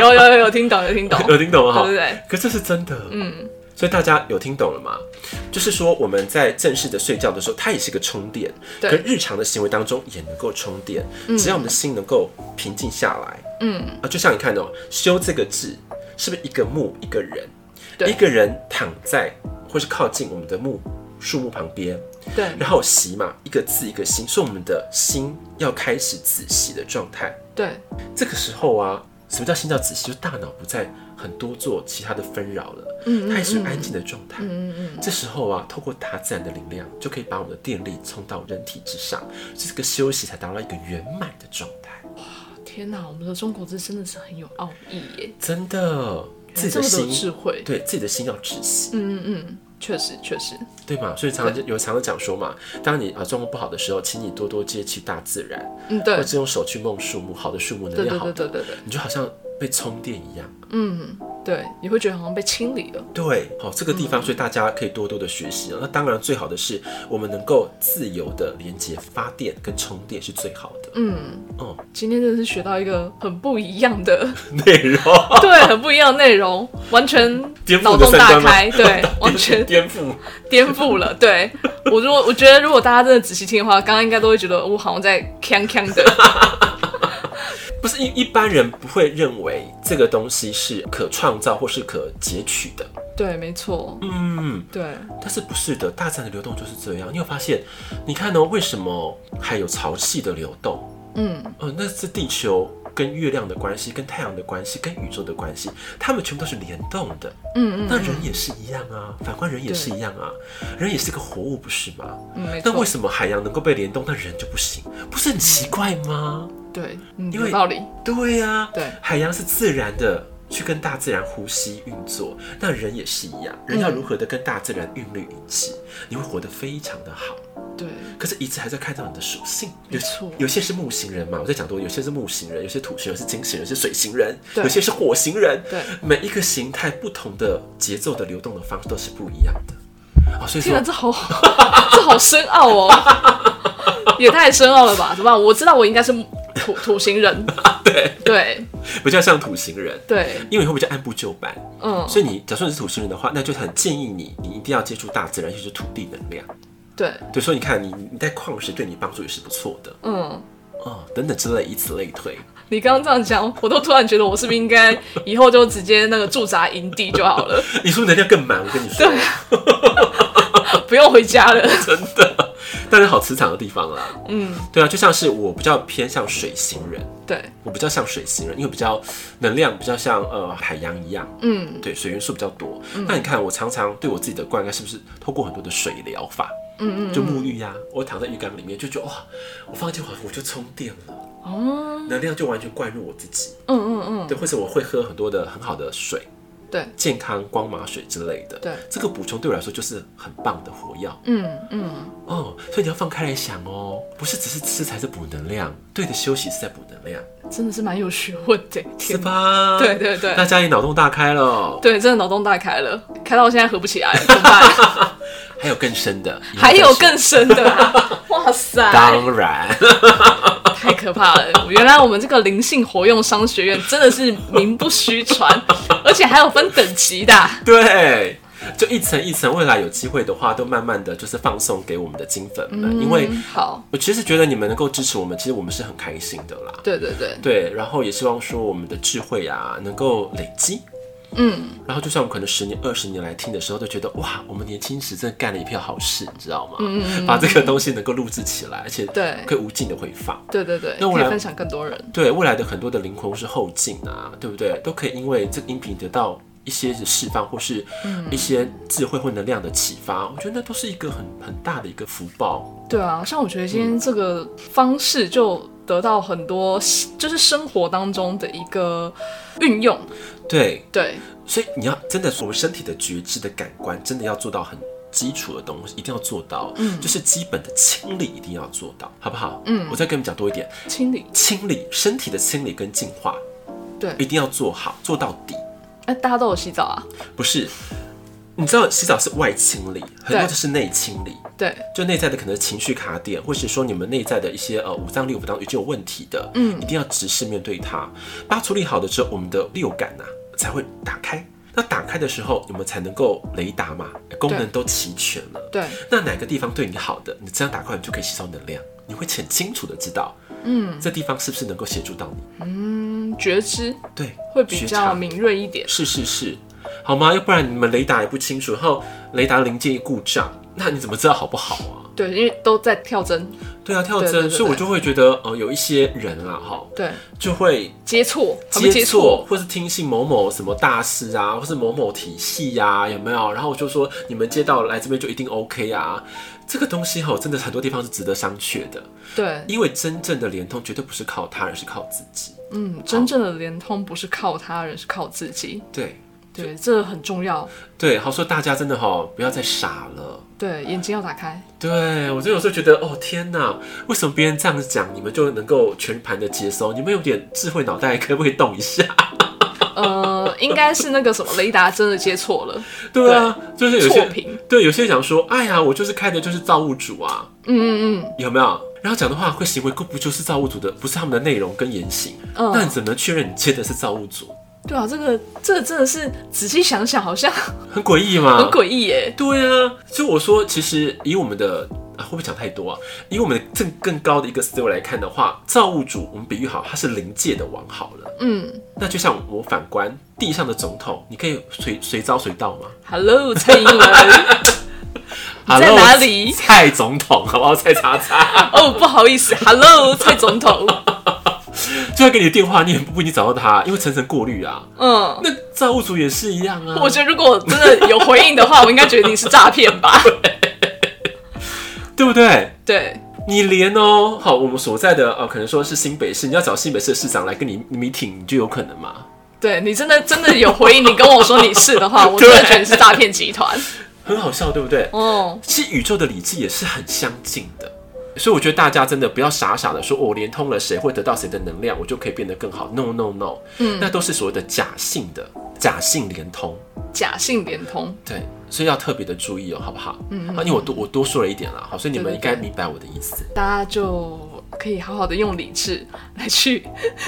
Speaker 2: 有有有有听懂有听懂，
Speaker 1: 有
Speaker 2: 对
Speaker 1: 听懂吗？
Speaker 2: 对对，
Speaker 1: 可这是真的，嗯。所以大家有听懂了吗？就是说我们在正式的睡觉的时候，它也是个充电，
Speaker 2: 对
Speaker 1: 可日常的行为当中也能够充电。只要我们的心能够平静下来，嗯啊，就像你看哦，修这个字是不是一个木一个人？
Speaker 2: 对
Speaker 1: 一个人躺在或是靠近我们的木树木旁边，
Speaker 2: 对
Speaker 1: 然后习嘛，一个字一个心，是我们的心要开始仔细的状态。
Speaker 2: 对
Speaker 1: 这个时候啊，什么叫心叫仔细？就大脑不再很多做其他的纷扰了，嗯，它也是安静的状态。嗯嗯这时候啊，透过大自然的能量，就可以把我们的电力充到人体之上，这个休息才达到一个圆满的状态。
Speaker 2: 天哪，我们的中国字真的是很有奥义耶，
Speaker 1: 真的，自己
Speaker 2: 这
Speaker 1: 的
Speaker 2: 么多智
Speaker 1: 心，
Speaker 2: 慧。
Speaker 1: 对自己的心要窒息。
Speaker 2: 嗯嗯嗯，确实确实，
Speaker 1: 对嘛？所以常常有常常讲说嘛，当你啊状况不好的时候，请你多多接触大自然，
Speaker 2: 嗯对
Speaker 1: 或者用手去梦树木，好的树木能
Speaker 2: 对
Speaker 1: 量
Speaker 2: 对
Speaker 1: 好
Speaker 2: 对对
Speaker 1: 的，
Speaker 2: 对对
Speaker 1: 你就好像被充电一样。
Speaker 2: 嗯对，你会觉得好像被清理了。
Speaker 1: 对，好，这个地方，所以大家可以多多的学习啊。那当然，最好的是我们能够自由的连接、发电跟充电是最好的。嗯，哦，
Speaker 2: 今天真的是学到一个很不一样的，
Speaker 1: 内容
Speaker 2: 对，很不一样的内容，完全
Speaker 1: 哦颠覆
Speaker 2: 脑
Speaker 1: 你的
Speaker 2: 洞
Speaker 1: 三
Speaker 2: 大
Speaker 1: 观吗
Speaker 2: 开，对， 完全
Speaker 1: 颠覆。
Speaker 2: 颠覆了。对我如果我觉得如果大家真的仔细听的话，刚刚应该都会觉得我好像在锵锵的。
Speaker 1: 不是一一般人不会认为这个东西是可创造或是可截取的。
Speaker 2: 对，没错，
Speaker 1: 嗯，
Speaker 2: 对，
Speaker 1: 但是不是的，大自然的流动就是这样。你有发现？你看哦，为什么还有潮汐的流动？
Speaker 2: 嗯，
Speaker 1: 呃，那是地球跟月亮的关系，跟太阳的关系，跟宇宙的关系，它们全部都是联动的。
Speaker 2: 嗯嗯
Speaker 1: 那人也是一样啊，反观人也是一样啊，人也是个活物，不是吗？
Speaker 2: 嗯，没
Speaker 1: 那
Speaker 2: 错
Speaker 1: 为，什么海洋能够被联动，那人就不行？不是很奇怪吗？
Speaker 2: 对，嗯
Speaker 1: 因为
Speaker 2: 有道理，
Speaker 1: 对呀、
Speaker 2: 对
Speaker 1: 海洋是自然的。去跟大自然呼吸运作，那人也是一样，人
Speaker 2: 嗯
Speaker 1: 要如何的跟大自然韵律一致，你会活得非常的好。
Speaker 2: 对，
Speaker 1: 可是一直还在看到你的属性，
Speaker 2: 哦没错
Speaker 1: 有有些是木星人嘛，我在讲多，有些是木星人，有些土星人，有些金星人，有些水星人，
Speaker 2: 对
Speaker 1: 有些是火星人，
Speaker 2: 对
Speaker 1: 每一个形态不同的节奏的流动的方式都是不一样的。哦，所以
Speaker 2: 天
Speaker 1: 说
Speaker 2: 哪，这好， 这好深奥哦，也太深奥了吧？怎么办？我知道我应该是土土 型人，对对
Speaker 1: 比较像土星人，
Speaker 2: 对，
Speaker 1: 因为你会比较按部就班。
Speaker 2: 嗯，
Speaker 1: 所以你假设你是土星人的话，那就很建议你，你一定要接触大自然，尤其是土地能量。
Speaker 2: 对，
Speaker 1: 对，所以你看，你你在矿石对你帮助也是不错的，
Speaker 2: 嗯。
Speaker 1: 哦，等等之类，以此类推。
Speaker 2: 你刚刚这样讲，我都突然觉得我是不是应该以后就直接那个驻扎营地就好了，
Speaker 1: 你说能量更满，我跟你说，
Speaker 2: 不用回家了。
Speaker 1: 但是好磁场的地方啦。嗯，对啊，就像是我比较偏向水星人，
Speaker 2: 对，
Speaker 1: 我比较像水星人，因为比较能量比较像呃海洋一样，
Speaker 2: 嗯，
Speaker 1: 对，水元素比较多。那你看，我常常对我自己的灌溉，是不是透过很多的水疗法？嗯嗯，就沐浴呀、我躺在浴缸里面就觉得哇，我放进环我就充电了，
Speaker 2: 哦，
Speaker 1: 能量就完全灌入我自己。
Speaker 2: 嗯嗯嗯，
Speaker 1: 对，或者我会喝很多的很好的水，
Speaker 2: 对，
Speaker 1: 健康光马水之类的。
Speaker 2: 对
Speaker 1: 这个补充对我来说就是很棒的火药。
Speaker 2: 嗯嗯，
Speaker 1: 哦，所以你要放开来想哦，不是只是吃才是补能量，对的休息是在补能量，
Speaker 2: 真的是蛮有学问的，
Speaker 1: 是
Speaker 2: 天哪！
Speaker 1: 吧？
Speaker 2: 对对对
Speaker 1: 大家也脑洞大开了。
Speaker 2: 对，真的脑洞大开了，开到我现在合不起来，怎么办？
Speaker 1: 还有更深的，以后
Speaker 2: 还
Speaker 1: 再
Speaker 2: 有
Speaker 1: 说
Speaker 2: 更深的啊、 哇塞，
Speaker 1: 当然，
Speaker 2: 太可怕了！原来我们这个灵性活用商学院真的是名不虚传，而且还有分等级的啊。
Speaker 1: 对。就一层一层，未来有机会的话，都慢慢的就是放送给我们的金粉们，因为
Speaker 2: 嗯好，
Speaker 1: 我其实觉得你们能够支持我们，其实我们是很开心的啦。
Speaker 2: 对对对，
Speaker 1: 对，然后也希望说我们的智慧啊能够累积，嗯，然后就算我们可能十年、二十年来听的时候，都觉得哇，我们年轻时真的干了一票好事，你知道吗？嗯把这个东西能够录制起来，而且
Speaker 2: 对
Speaker 1: 可以无尽的回放。
Speaker 2: 对对对，
Speaker 1: 那我
Speaker 2: 可以
Speaker 1: 来
Speaker 2: 分享更多人。
Speaker 1: 对未来的很多的灵魂或是后劲啊，对不对？都可以因为这个音频得到一些的释放，或是一些智慧或能量的启发，我觉得那都是一个很很大的一个福报。嗯
Speaker 2: 对啊，像我觉得今天这个方式就得到很多就是生活当中的一个运用。
Speaker 1: 对，
Speaker 2: 对，
Speaker 1: 所以你要真的，我们身体的觉知的感官，真的要做到很基础的东西，一定要做到，嗯，就是基本的清理一定要做到，好不好？嗯，我再跟你们讲多一点，
Speaker 2: 清理，
Speaker 1: 清理身体的清理跟净化
Speaker 2: 对
Speaker 1: 一，定要做好，做到底，
Speaker 2: 哎、大家都有洗澡啊，
Speaker 1: 不是。你知道洗澡是外清理，很多
Speaker 2: 对
Speaker 1: 就是内清理，
Speaker 2: 对，
Speaker 1: 就内在的可能情绪卡点，或是说你们内在的一些呃五脏六腑当中已经有问题的，嗯，一定要直视面对它。把它处理好的之后，我们的六感呐、才会打开。那打开的时候，你们才能够雷达嘛，功能
Speaker 2: 对
Speaker 1: 都齐全了。
Speaker 2: 对，
Speaker 1: 那哪个地方对你好的，你这样打开，你就可以吸收能量，你会很清楚的知道，嗯，这地方是不是能够协助到你？
Speaker 2: 嗯，觉知
Speaker 1: 对，
Speaker 2: 会比
Speaker 1: 觉
Speaker 2: 较
Speaker 1: 察
Speaker 2: 敏锐一点。
Speaker 1: 是是是，好吗？要不然你们雷达也不清楚，然后雷达零件一故障，那你怎么知道好不好啊？
Speaker 2: 对，因为都在跳针，
Speaker 1: 对啊，跳
Speaker 2: 对对
Speaker 1: 针，
Speaker 2: 对
Speaker 1: 所以我
Speaker 2: 对
Speaker 1: 就会觉得，呃，有一些人啊，哈，
Speaker 2: 对，
Speaker 1: 就会
Speaker 2: 接错，他们
Speaker 1: 接
Speaker 2: 错
Speaker 1: 错，，或是听信某某什么大师啊，或是某某体系呀、有没有？然后我就说，你们接到来这边就一定 OK 啊。这个东西哈，真的很多地方是值得商榷的，
Speaker 2: 对，
Speaker 1: 因为真正的连通绝对不是靠他人，是靠自己。
Speaker 2: 嗯，真正的连通不是靠他人，是靠自己，
Speaker 1: 对
Speaker 2: 对，这很重要，
Speaker 1: 对，好，说大家真的哈，不要再傻了。
Speaker 2: 对，眼睛要打开，
Speaker 1: 对我就有时候觉得，哦天哪，为什么别人这样讲，你们就能够全盘的接收？你们有点智慧脑袋，可不可以动一下？
Speaker 2: 呃，应该是那个什么雷达真的接错了，
Speaker 1: 对啊，就是有
Speaker 2: 错
Speaker 1: 些
Speaker 2: 评，
Speaker 1: 对有些人讲说，哎呀，我就是开的就是造物主啊，
Speaker 2: 嗯嗯嗯，
Speaker 1: 有没有？然后讲的话会行为，更不就是造物主的，不是他们的内容跟言行？
Speaker 2: 嗯
Speaker 1: 那你怎么能确认你接的是造物主？
Speaker 2: 对啊，这个这个真的是仔细想想，好像
Speaker 1: 很诡异吗？
Speaker 2: 很诡异耶，
Speaker 1: 对啊，所以我说，其实以我们的啊，会不会讲太多啊？以我们的更更高的一个思维来看的话，造物主我们比喻好，他是灵界的王好了。
Speaker 2: 嗯
Speaker 1: 那就像我反观地上的总统，你可以随随招随到吗？
Speaker 2: ，Hello，蔡英文，
Speaker 1: 你
Speaker 2: 在哪里
Speaker 1: 蔡总统，好不好？蔡查查，
Speaker 2: 哦，不好意思，Hello，蔡总统，
Speaker 1: 就算给你电话，你也不一定找到他，因为层层过滤啊。
Speaker 2: 嗯。
Speaker 1: 那造物主也是一样啊。
Speaker 2: 我觉得如果我真的有回应的话，我应该觉得你是诈骗吧？
Speaker 1: 对不对？
Speaker 2: 对，
Speaker 1: 你连哦，好，我们所在的呃，可能说是新北市，你要找新北市的市长来跟你 meeting，你就有可能嘛，
Speaker 2: 对你真的真的有回应，你跟我说你是的话，我真的觉得你是诈骗集团。
Speaker 1: 很好笑，对不对？
Speaker 2: 哦，
Speaker 1: 其实宇宙的理智也是很相近的，所以我觉得大家真的不要傻傻的说，哦我连通了谁会得到谁的能量，我就可以变得更好。No No No，嗯，那都是所谓的假性的假性连通，
Speaker 2: 假性联通，
Speaker 1: 对，所以要特别的注意哦，好不好？嗯啊，因为我多我多说了一点啦，好，所以你们
Speaker 2: 对对
Speaker 1: 应该
Speaker 2: 对
Speaker 1: 明白我的意思。
Speaker 2: 大家就可以好好的用理智来去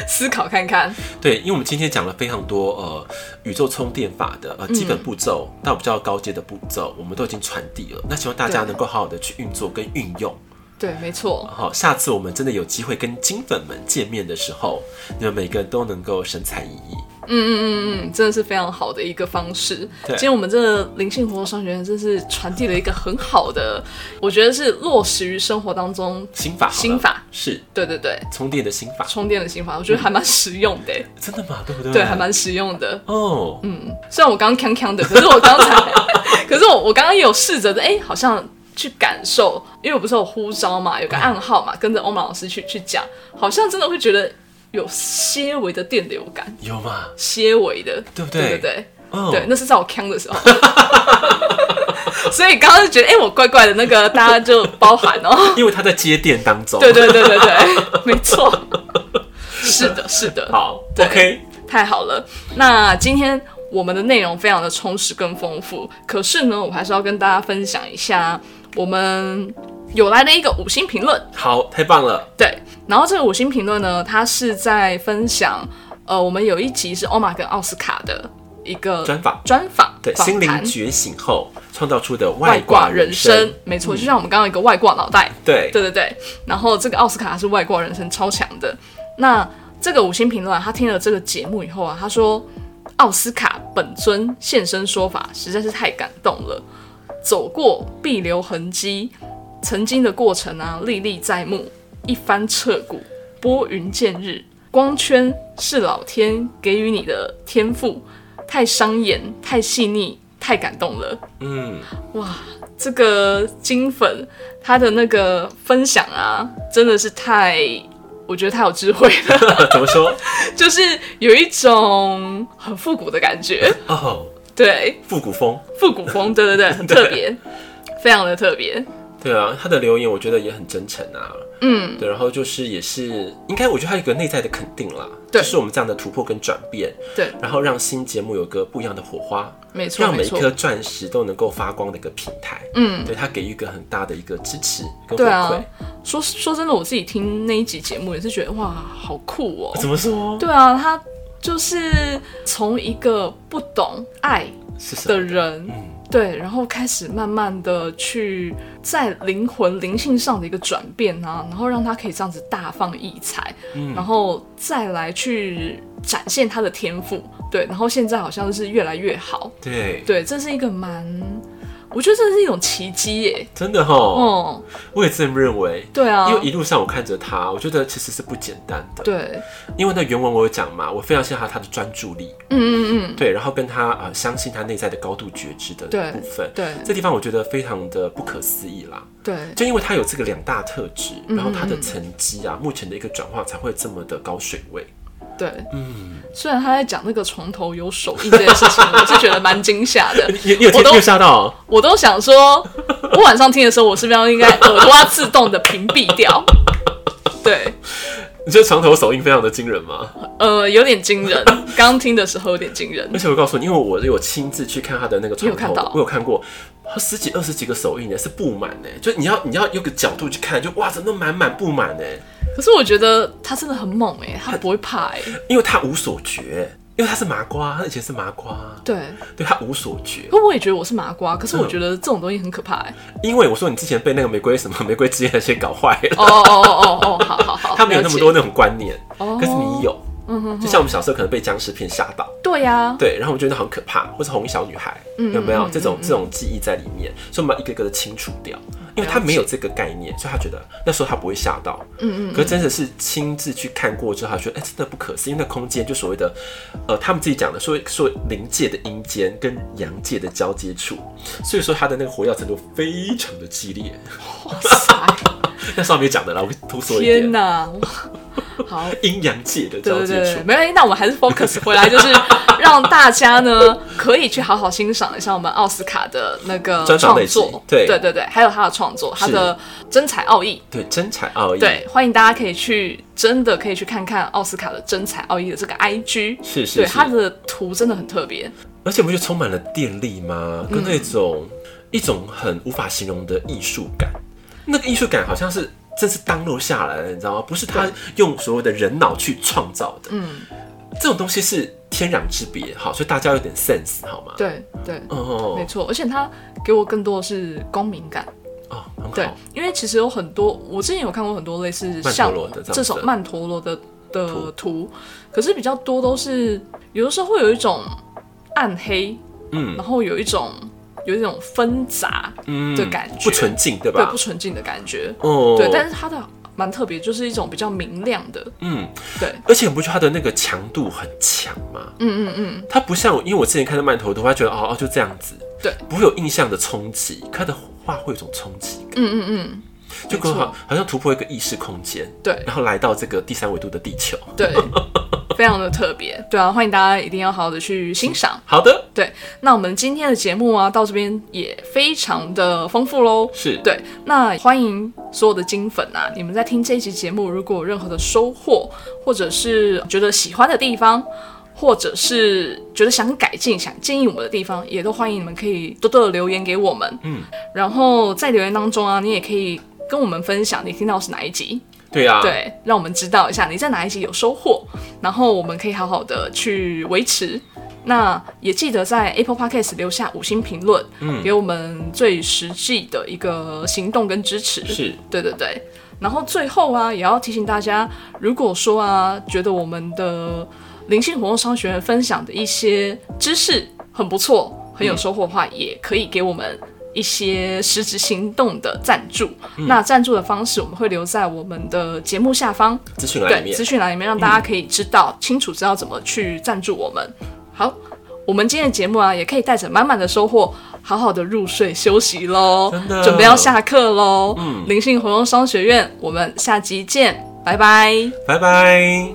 Speaker 2: 思考看看。
Speaker 1: 对，因为我们今天讲了非常多呃宇宙充电法的呃基
Speaker 2: 嗯
Speaker 1: 本步骤、到比较高阶的步骤，我们都已经传递了。那希望大家
Speaker 2: 对
Speaker 1: 能够好好的去运作跟运用。
Speaker 2: 对，没错，
Speaker 1: 好，下次我们真的有机会跟金粉们见面的时候，你们每个人都能够神采奕奕。
Speaker 2: 嗯，真的是非常好的一个方式。
Speaker 1: 对
Speaker 2: 今天我们这个灵性活动商学院真是传递了一个很好的，我觉得是落实于生活当中。
Speaker 1: 心法好了，
Speaker 2: 心法
Speaker 1: 是
Speaker 2: 对对对，
Speaker 1: 充电的心法，
Speaker 2: 充电的心法，我觉得还蛮实用的、
Speaker 1: 真的吗？对不对？
Speaker 2: 对，还蛮实用的。
Speaker 1: 哦，嗯，
Speaker 2: 虽然我刚刚锵锵的，可是我刚才， 可是我我刚刚也有试着的，哎、好像去感受，因为我不是有呼召嘛，有个暗号嘛，跟着欧马老师去去讲，好像真的会觉得有些微的电流感，
Speaker 1: 有嘛？
Speaker 2: 些微的，
Speaker 1: 对不
Speaker 2: 对
Speaker 1: 对
Speaker 2: 对对，
Speaker 1: 哦，
Speaker 2: 对，那是在我锵的时候。 所以刚刚就觉得，哎、我怪怪的，那个大家就包含 哦。
Speaker 1: 因为他在接电当中。
Speaker 2: 对对对对对，没 错，是的，是的。
Speaker 1: 好
Speaker 2: 对
Speaker 1: ，OK，
Speaker 2: 太好了。那今天我们的内容非常的充实跟丰富，可是呢，我还是要跟大家分享一下我们有来的一个五星评论。
Speaker 1: 好，太棒了，
Speaker 2: 对，然后这个五星评论呢，它是在分享，呃，我们有一集是欧玛跟奥斯卡的一个
Speaker 1: 专访
Speaker 2: 专访，
Speaker 1: 对，
Speaker 2: 访
Speaker 1: 心灵
Speaker 2: 谈
Speaker 1: 觉醒后创造出的
Speaker 2: 外
Speaker 1: 外
Speaker 2: 挂
Speaker 1: 挂
Speaker 2: 人
Speaker 1: 人
Speaker 2: 生
Speaker 1: 生，，嗯
Speaker 2: 没错，就像我们刚刚有一个外挂脑袋，
Speaker 1: 对
Speaker 2: 对对对，然后这个奥斯卡是外挂人生超强的。那这个五星评论啊，他听了这个节目以后啊，他说奥斯卡本尊现身说法实在是太感动了，走过必留痕迹，曾经的过程啊历历在目，一番彻骨，拨云见日。光圈是老天给予你的天赋，太伤眼，太细腻，太感动了。
Speaker 1: 嗯，
Speaker 2: 哇，这个金粉他的那个分享啊，真的是太我觉得他有智慧的，
Speaker 1: 怎么说？
Speaker 2: 就是有一种很复古的感觉，
Speaker 1: 哦，
Speaker 2: 对，
Speaker 1: 复古风。
Speaker 2: 复古风，对对对，很特别，非常的特别，
Speaker 1: 对啊，他的留言我觉得也很真诚啊。
Speaker 2: 嗯，
Speaker 1: 对，然后就是也是应该，我觉得他有一个内在的肯定啦，
Speaker 2: 对
Speaker 1: 就是我们这样的突破跟转变，
Speaker 2: 对，
Speaker 1: 然后让新节目有个不一样的火花，
Speaker 2: 没错，
Speaker 1: 让每
Speaker 2: 没
Speaker 1: 一
Speaker 2: 错，
Speaker 1: 颗钻石都能够发光的一个平台。
Speaker 2: 嗯，
Speaker 1: 对他给予一个很大的一个支持跟回
Speaker 2: 对
Speaker 1: 馈
Speaker 2: 啊。说说真的，我自己听那一集节目也是觉得哇，好酷哦、
Speaker 1: 怎么说？
Speaker 2: 对啊，他就是从一个不懂爱
Speaker 1: 是什
Speaker 2: 的
Speaker 1: 么？
Speaker 2: 人，嗯对，然后开始慢慢的去在灵魂灵性上的一个转变啊，然后让他可以这样子大放异彩，然后再来去展现他的天赋，对，然后现在好像是越来越好，
Speaker 1: 对，
Speaker 2: 对，这是一个蛮，我觉得这是一种奇迹耶，
Speaker 1: 真的哈，
Speaker 2: 哦、
Speaker 1: 我也这么认为。
Speaker 2: 对啊
Speaker 1: 因，为一路上我看着他，我觉得其实是不简单的。，
Speaker 2: 对，
Speaker 1: 因为那原文我有讲嘛，我非常欣赏他的专注力，
Speaker 2: 嗯嗯嗯，
Speaker 1: 对，然后跟他呃相信他内在的高度觉知的
Speaker 2: 对
Speaker 1: 部分，
Speaker 2: 对
Speaker 1: 这地方我觉得非常的不可思议啦。
Speaker 2: 对，
Speaker 1: 就因为他有这个两大特质，然后他
Speaker 2: 嗯
Speaker 1: 的成绩啊，目前的一个转化才会这么的高水位。
Speaker 2: 对，嗯，虽然他在讲那个床头有手印这件事情，我是觉得蛮惊吓的。
Speaker 1: 你你有听
Speaker 2: 我都
Speaker 1: 你有吓到哦？
Speaker 2: 我都想 说，我晚上听的时候，我是不是要应该耳朵要自动的屏蔽掉？对，
Speaker 1: 你觉得床头手印非常的惊人吗？
Speaker 2: 呃，有点惊人，刚听的时候有点惊人
Speaker 1: 而。且我告诉你，因为我有亲自去看他的那个床
Speaker 2: 你有看
Speaker 1: 头
Speaker 2: 到，
Speaker 1: 我有看过。他十几二十几个手印呢，是布满呢，就你要你要有个角度去看，就哇，怎么满满布满呢？
Speaker 2: 可是我觉得他真的很猛哎、他不会怕哎、
Speaker 1: 因为他无所觉，因为他是麻瓜，他以前是麻瓜，
Speaker 2: 对，哦
Speaker 1: 对他无所觉。
Speaker 2: 可我也觉得我是麻瓜，可是我觉得这种东西很可怕哎、
Speaker 1: 因为我说你之前被那个玫瑰什么玫瑰之夜那些搞坏了，
Speaker 2: 哦哦哦哦哦，好好
Speaker 1: 嗯
Speaker 2: 好，
Speaker 1: 他没有那么多
Speaker 2: 了解。
Speaker 1: 那种观念，
Speaker 2: 哦
Speaker 1: 可是你有。就像我们小时候可能被僵尸片吓到，
Speaker 2: 对呀、
Speaker 1: 对，然后我们觉得很可怕，或是红衣小女孩，有没有这种这种记忆在里面？所以我们要一个一个的清除掉，因为他没有这个概念，所以他觉得那时候他不会吓到。嗯嗯。可是真的是亲自去看过之后，他觉得哎、真的不可思议，那空间就所谓的，呃，他们自己讲的说说灵界的阴间跟阳界的交接处，所以说他的那个活跃程度非常的激烈。
Speaker 2: 哇塞，
Speaker 1: 那上面讲的啦，我多说一
Speaker 2: 天
Speaker 1: 点，
Speaker 2: 哪！哇好，
Speaker 1: 阴阳界的
Speaker 2: 对
Speaker 1: 交
Speaker 2: 对
Speaker 1: 界
Speaker 2: 对
Speaker 1: 处
Speaker 2: 对，。没关系。那我们还是 focus 回来，就是让大家呢可以去好好欣赏一下我们奥斯卡的那个
Speaker 1: 专访
Speaker 2: 创
Speaker 1: 那一集
Speaker 2: 作，
Speaker 1: 对
Speaker 2: 对对对，还有他的创作，他的真才奥义。
Speaker 1: 对，真啊才奥义。
Speaker 2: 对，欢迎大家可以去真的可以去看看奥斯卡的真才奥义的这个 IG，
Speaker 1: 是是是
Speaker 2: 对他的图真的很特别，
Speaker 1: 而且不就充满了电力
Speaker 2: 嗯
Speaker 1: 吗？跟那种、一种很无法形容的艺术感，那个艺术感好像是真是当落下来的，你知道吗？不是他用所谓的人脑去创造的，
Speaker 2: 嗯，
Speaker 1: 这种东西是天壤之别，好，所以大家有点 sense 好吗？，
Speaker 2: 对对，
Speaker 1: 哦
Speaker 2: 没错，而且他给我更多的是光明感。
Speaker 1: 哦，很
Speaker 2: 对
Speaker 1: 好，，哦
Speaker 2: 因为其实有很多，我之前有看过很多类似像
Speaker 1: 曼陀罗的这样子
Speaker 2: 这种曼陀罗的的图，可是比较多都是有的时候会有一种暗黑，
Speaker 1: 嗯
Speaker 2: 然后有一种有一种纷杂
Speaker 1: 嗯
Speaker 2: 的感觉，
Speaker 1: 不纯净，对
Speaker 2: 对
Speaker 1: 吧
Speaker 2: 不？纯净的感觉，
Speaker 1: 哦
Speaker 2: 对，但是它的蛮特别，就是一种比较明亮的，
Speaker 1: 嗯，
Speaker 2: 对，
Speaker 1: 而且你不觉得它的那个强度很强吗？
Speaker 2: 嗯嗯嗯，
Speaker 1: 它不像我，因为我之前看到曼陀的话，觉得哦哦就这样子，
Speaker 2: 对，
Speaker 1: 不会有印象的冲击，可它的画会有一种冲击感，嗯嗯嗯，就跟
Speaker 2: 没错
Speaker 1: 好好像突破一个意识空间，
Speaker 2: 对
Speaker 1: 然后来到这个第三维度的地球。
Speaker 2: 对， 非常的特别，对啊，欢迎大家一定要好好的去欣赏。
Speaker 1: 好的，
Speaker 2: 对，那我们今天的节目啊，到这边也非常的丰富喽。
Speaker 1: 是
Speaker 2: 对，那欢迎所有的金粉啊，你们在听这一期节目，如果有任何的收获，或者是觉得喜欢的地方，或者是觉得想改进、想建议我们的地方，也都欢迎你们可以多多的留言给我们。嗯，然后在留言当中啊，你也可以跟我们分享你听到的是哪一集，
Speaker 1: 对啊，，
Speaker 2: 对，让我们知道一下你在哪一集有收获，然后我们可以好好的去维持。那也记得在 Apple Podcast 留下五星评论，嗯，给我们最实际的一个行动跟支持。
Speaker 1: 是
Speaker 2: 对对对。然后最后啊，也要提醒大家，如果说啊，觉得我们的灵性活动商学院分享的一些知识很不错，很有收获的话，也可以给我们一些实质行动的赞助。那赞助的方式，我们会留在我们的节目下方，
Speaker 1: 资讯栏里
Speaker 2: 对，资
Speaker 1: 面，
Speaker 2: 讯栏里面让大家可以知道、清楚知道怎么去赞助我们。好，我们今天的节目啊，也可以带着满满的收获，好好的入睡休息喽
Speaker 1: 真的，
Speaker 2: 准备要下课喽。嗯，灵性活动商学院，我们下集见，拜拜。
Speaker 1: 拜拜。